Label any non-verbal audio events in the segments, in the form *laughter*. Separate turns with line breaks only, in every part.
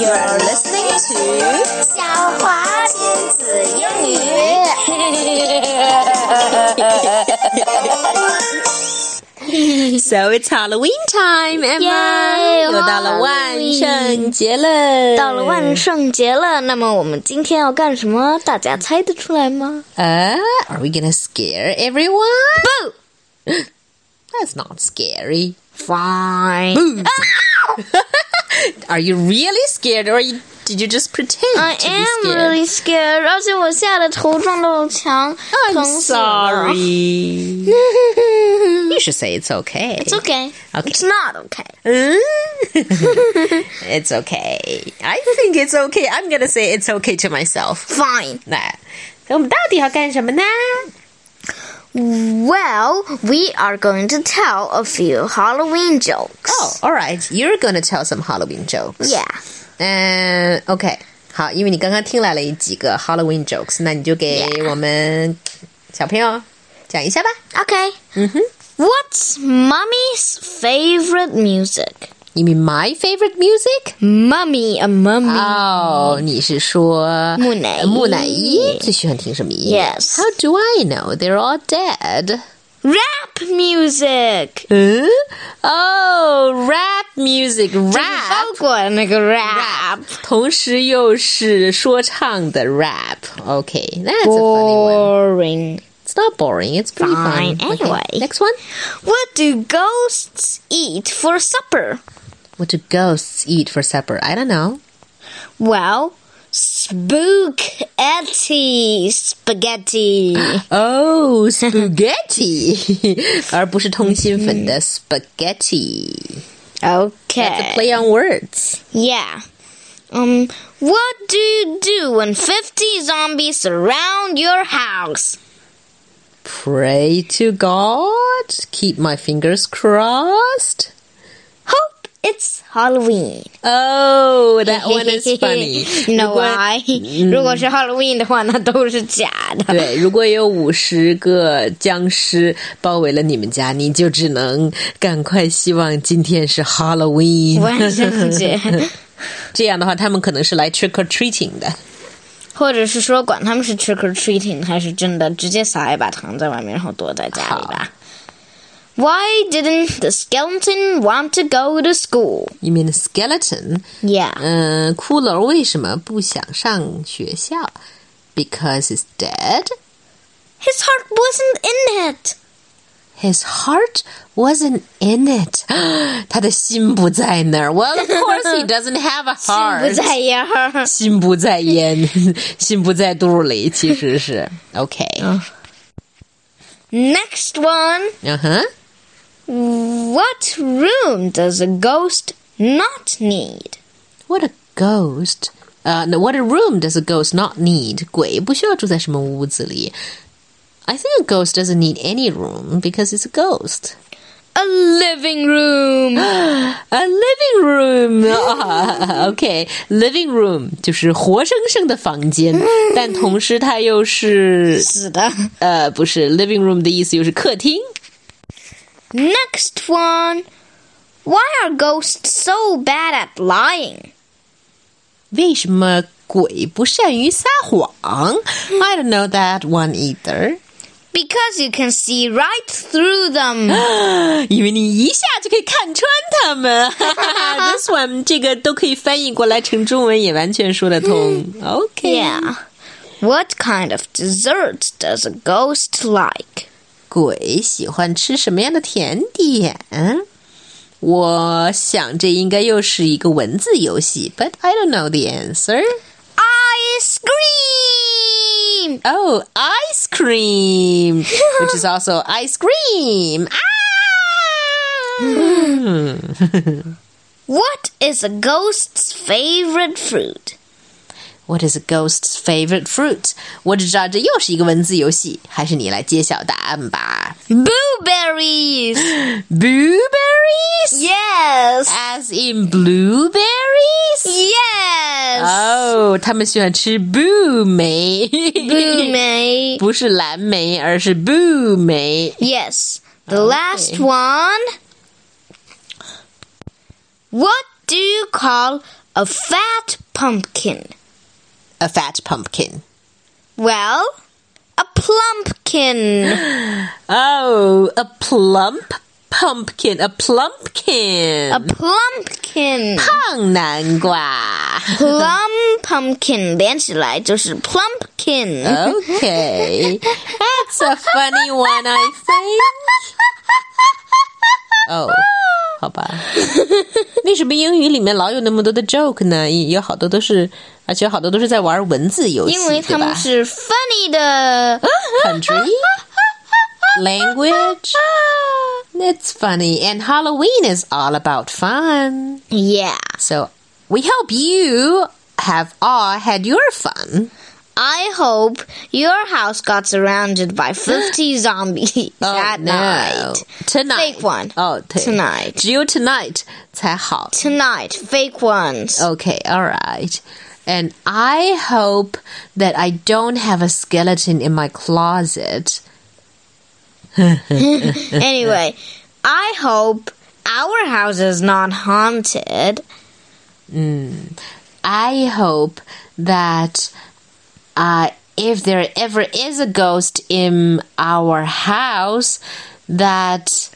You're listening to
小华亲
子英语。So it's Halloween time, Emma！
Yay,
又到了万圣节了，
到了万圣节了，那么我们今天要干什么？大家猜得出来吗？
啊、a r e we gonna scare everyone? Boo! *gasps* That's not scary.
Fine.
*laughs* Are you really scared, or you- did you just pretend
I
to be
am
scared?
really scared，而且我吓得头撞到了墙
I'm
疼死我了
sorry. You should say it's okay.
*laughs* It's okay.
Okay.
It's not okay.
*laughs* it's okay. I think it's okay. I'm gonna say it's okay to myself. Um,
Fine.
来，我们到底要干什么呢
Well, we are going to tell a few Halloween jokes.
？Oh, all right. You're gonna tell some Halloween jokes.
Yeah.
嗯、o k 好，因为你刚刚听来了几个 Halloween jokes，那你就给
Yeah.
我们小朋友讲一下吧。
Okay.
Mm-hmm.
What's Mummy's favorite music?
You mean my favorite music？
Mummy, a mummy.
Uh, 哦，你是说
木乃伊
木乃伊最喜欢听什么音乐
Yes.
Uh, How do I know they're all dead？
Rap music.
嗯，哦，rap Oh, music，rap
翻滚那个
rap，
rap，
同时又是说唱的 rap。OK，that's、a funny one.
boring.
It's not boring. It's pretty fun.
Fine, anyway.
Okay, next one.
What do ghosts eat for supper?
What do ghosts eat for supper? I don't know.
Well,
*gasps*
spooky spaghetti.
*laughs* Oh, *laughs* spaghetti，而不是通心粉的 spaghetti。That's a
Okay.
play on words.
Yeah. Um. What do you do when fifty zombies surround your house?
Pray to God. Keep my fingers crossed.
Hope it's Halloween.
Oh, that one
*laughs*
is funny. Mm. 如 *laughs*
no
果
I. *laughs* 如果是 Halloween 的话，那都是假的。
对，如果有五十个僵尸包围了你们家，你就只能赶快希望今天是
*laughs*
Halloween。
万圣节，
*laughs* 这样的话，他们可能是来 trick or treating 的。
或者是说，管他们是 trick or treating 还是真的，直接撒一把糖在外面，然后躲在家里吧。Why didn't the skeleton want to go to school?
You mean skeleton？
Yeah.
嗯、骷髅为什么不想上学校？Because he's dead.
His heart wasn't in it.
His heart wasn't in it. *gasps* 他的心不在那儿。Well, of course he doesn't have a
不
heart.
在呀。
心不在 *laughs* 焉，心不在肚里，其实是 OK。
*laughs* Next one.
嗯哼
What room does a ghost not need?
，What a ghost！呃、n o w h a t a room does a ghost not need？鬼不需要住在什么屋子里。I think a ghost doesn't need any room because it's a ghost.
A living room.
A living room *laughs* 啊、o k living room 就是活生生的房间，但同时它又是
死的。
呃，不是 living room 的意思，又是客厅。
Next one. Why are ghosts so bad at lying?
为什么鬼不善于撒谎？I don't know that one either。
Because you can see right through them.
因为你一下就可以看穿他们。 *laughs* 哈哈哈 This one 这个都可以翻译过来成中文，也完全说得通。OK，、
yeah. What kind of dessert does a ghost like?
鬼喜欢吃什么样的甜点？我想这应该又是一个文字游戏，but I don't know the answer.
Ice cream!
Oh, ice
*laughs*
cream, which is also ice cream. Ah, 啊
What is a ghost's favorite fruit?
What is a ghost's favorite fruit？我只知道这又是一个文字游戏，还是你来揭晓答案吧。
Blueberries!
Blueberries,
yes!
as in blueberries.
Yes!
哦，他们喜欢吃 blue 莓，
Blue May.
不是蓝莓，而是 blue 莓。
Yes. The last one. What do you call a fat pumpkin.
A fat pumpkin.
Well, a plumpkin.
Oh, a plump pumpkin. A plumpkin. *laughs*
a plumpkin.
胖南瓜。
plum pumpkin 连起来就是 plumpkin。
Oh, Okay. That's a funny one, I think. Oh. 好吧，为什么英语里面老有那么多的 joke 呢？有好多都是，而且好多都是在玩文字游戏，
因为他
对吧
们是 funny 的。
country, language. It's funny, and Halloween is all about fun.
Yeah,
So we hope you have all had your fun.
I hope your house got surrounded
*laughs*
by 50 zombies
Oh,
at
no.
night.
tonight,
Fake one.
Oh, t-
Tonight.
只有 tonight 才好。
Tonight, fake
*laughs*
ones.
Okay, all right. And I hope that I don't have a skeleton in my closet.
Anyway, I hope our house is not haunted.
Hmm. I hope that uh, if there ever is a ghost in our house, that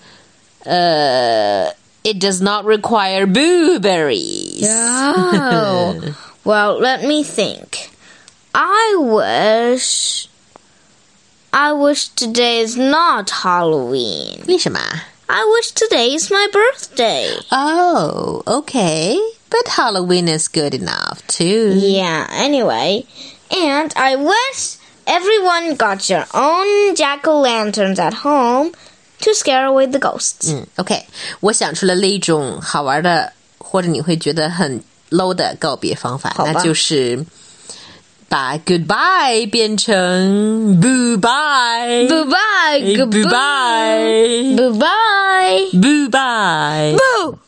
uh, it does not require blueberries.
Oh. *laughs* well, let me think. I wish. I wish today is not Halloween.
为什么?
I wish today is my birthday.
Oh, okay. But Halloween is good enough too.
Yeah, anyway. And I wish everyone got your own jack o' lanterns at home to scare away the ghosts.
嗯，OK，我想出了另一种好玩的，或者你会觉得很 low 的告别方法，
好吧
那就是把 goodbye 变成 boo bye
Bye bye.
bye
Goodbye. Bye bye.
boo bye
Boo!